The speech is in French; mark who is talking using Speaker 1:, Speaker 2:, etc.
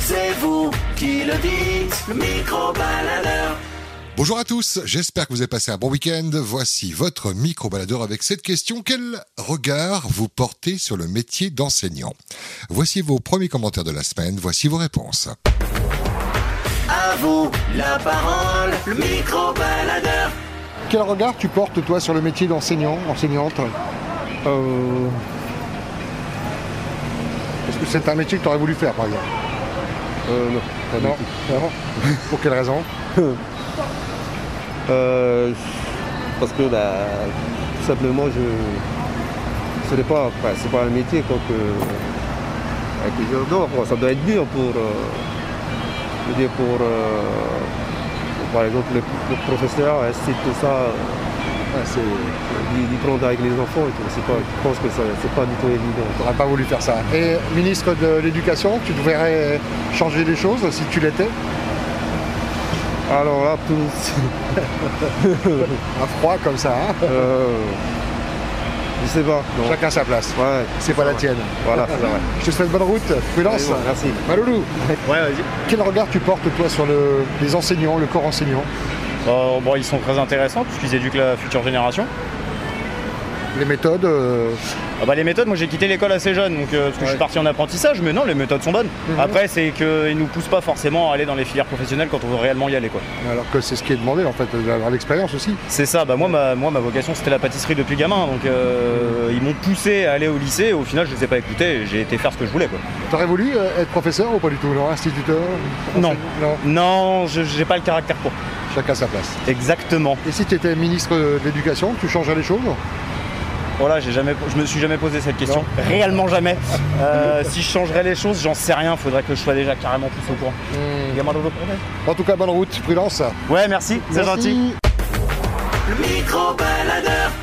Speaker 1: c'est vous qui le dites, le micro-baladeur.
Speaker 2: Bonjour à tous, j'espère que vous avez passé un bon week-end. Voici votre micro-baladeur avec cette question. Quel regard vous portez sur le métier d'enseignant Voici vos premiers commentaires de la semaine, voici vos réponses.
Speaker 1: À vous la parole, le micro-baladeur.
Speaker 3: Quel regard tu portes toi sur le métier d'enseignant, enseignante Euh, Est-ce que c'est un métier que tu aurais voulu faire par exemple
Speaker 4: Euh, non, pas du
Speaker 3: Non.
Speaker 4: tout.
Speaker 3: Non Pour quelle raison
Speaker 4: Euh, parce que bah, tout simplement, je. Ce n'est pas, enfin, c'est pas un métier quoi, que, euh, que j'adore. quoi. Ça doit être dur pour. euh, je veux dire, pour. euh, par exemple, le, le professeur, ainsi tout ça, euh,
Speaker 3: Ouais, c'est- Tu
Speaker 4: d'y d'y prendre avec les enfants et tout. C'est pas, je pense que ça- c'est pas du tout évident.
Speaker 3: n'aurais pas voulu faire ça. Et ministre de l'Éducation, tu te verrais changer les choses si tu l'étais
Speaker 4: Alors là, tout.
Speaker 3: À froid comme ça, hein
Speaker 4: euh, je sais pas. non.
Speaker 3: Chacun sa place.
Speaker 4: Ouais,
Speaker 3: C'est pas la tienne.
Speaker 4: Voilà, c'est vrai.
Speaker 3: Je te souhaite bonne route. Prudence.
Speaker 4: Allez, bon, merci.
Speaker 3: Maloulou,
Speaker 5: Ouais, vas-y.
Speaker 3: quel regard tu portes toi sur le- les enseignants, le corps enseignant
Speaker 5: Euh, bon, ils sont très intéressants puisqu'ils éduquent la future génération.
Speaker 3: Les méthodes euh,
Speaker 5: Ah bah, les méthodes, moi j'ai quitté l'école assez jeune, donc euh, parce que je suis parti en apprentissage, mais non, les méthodes sont bonnes. Après, c'est qu'ils nous poussent pas forcément à aller dans les filières professionnelles quand on veut réellement y aller. quoi.
Speaker 3: Alors que c'est ce qui est demandé en fait, d'avoir l'expérience aussi.
Speaker 5: C'est ça, bah moi ma, moi, ma vocation c'était la pâtisserie depuis gamin, donc euh, ils m'ont poussé à aller au lycée, et au final je les ai pas écoutés, et j'ai été faire ce que je voulais. quoi.
Speaker 3: T'aurais voulu euh, être professeur ou pas du tout, non Instituteur
Speaker 5: Non.
Speaker 3: enseignant Non,
Speaker 5: Non, je- j'ai pas le caractère pour.
Speaker 3: chacun sa place.
Speaker 5: Exactement.
Speaker 3: Et si tu étais ministre de l'Éducation, tu changerais les choses
Speaker 5: Voilà, j'ai jamais, je me suis jamais posé cette question. Réellement jamais. Euh, si je changerais les choses, j'en sais rien, faudrait que je sois déjà carrément plus au courant. Gamin dans le courant.
Speaker 3: En tout cas, bonne route, prudence.
Speaker 5: Ouais, merci, c'est gentil.
Speaker 1: Le micro-baladeur.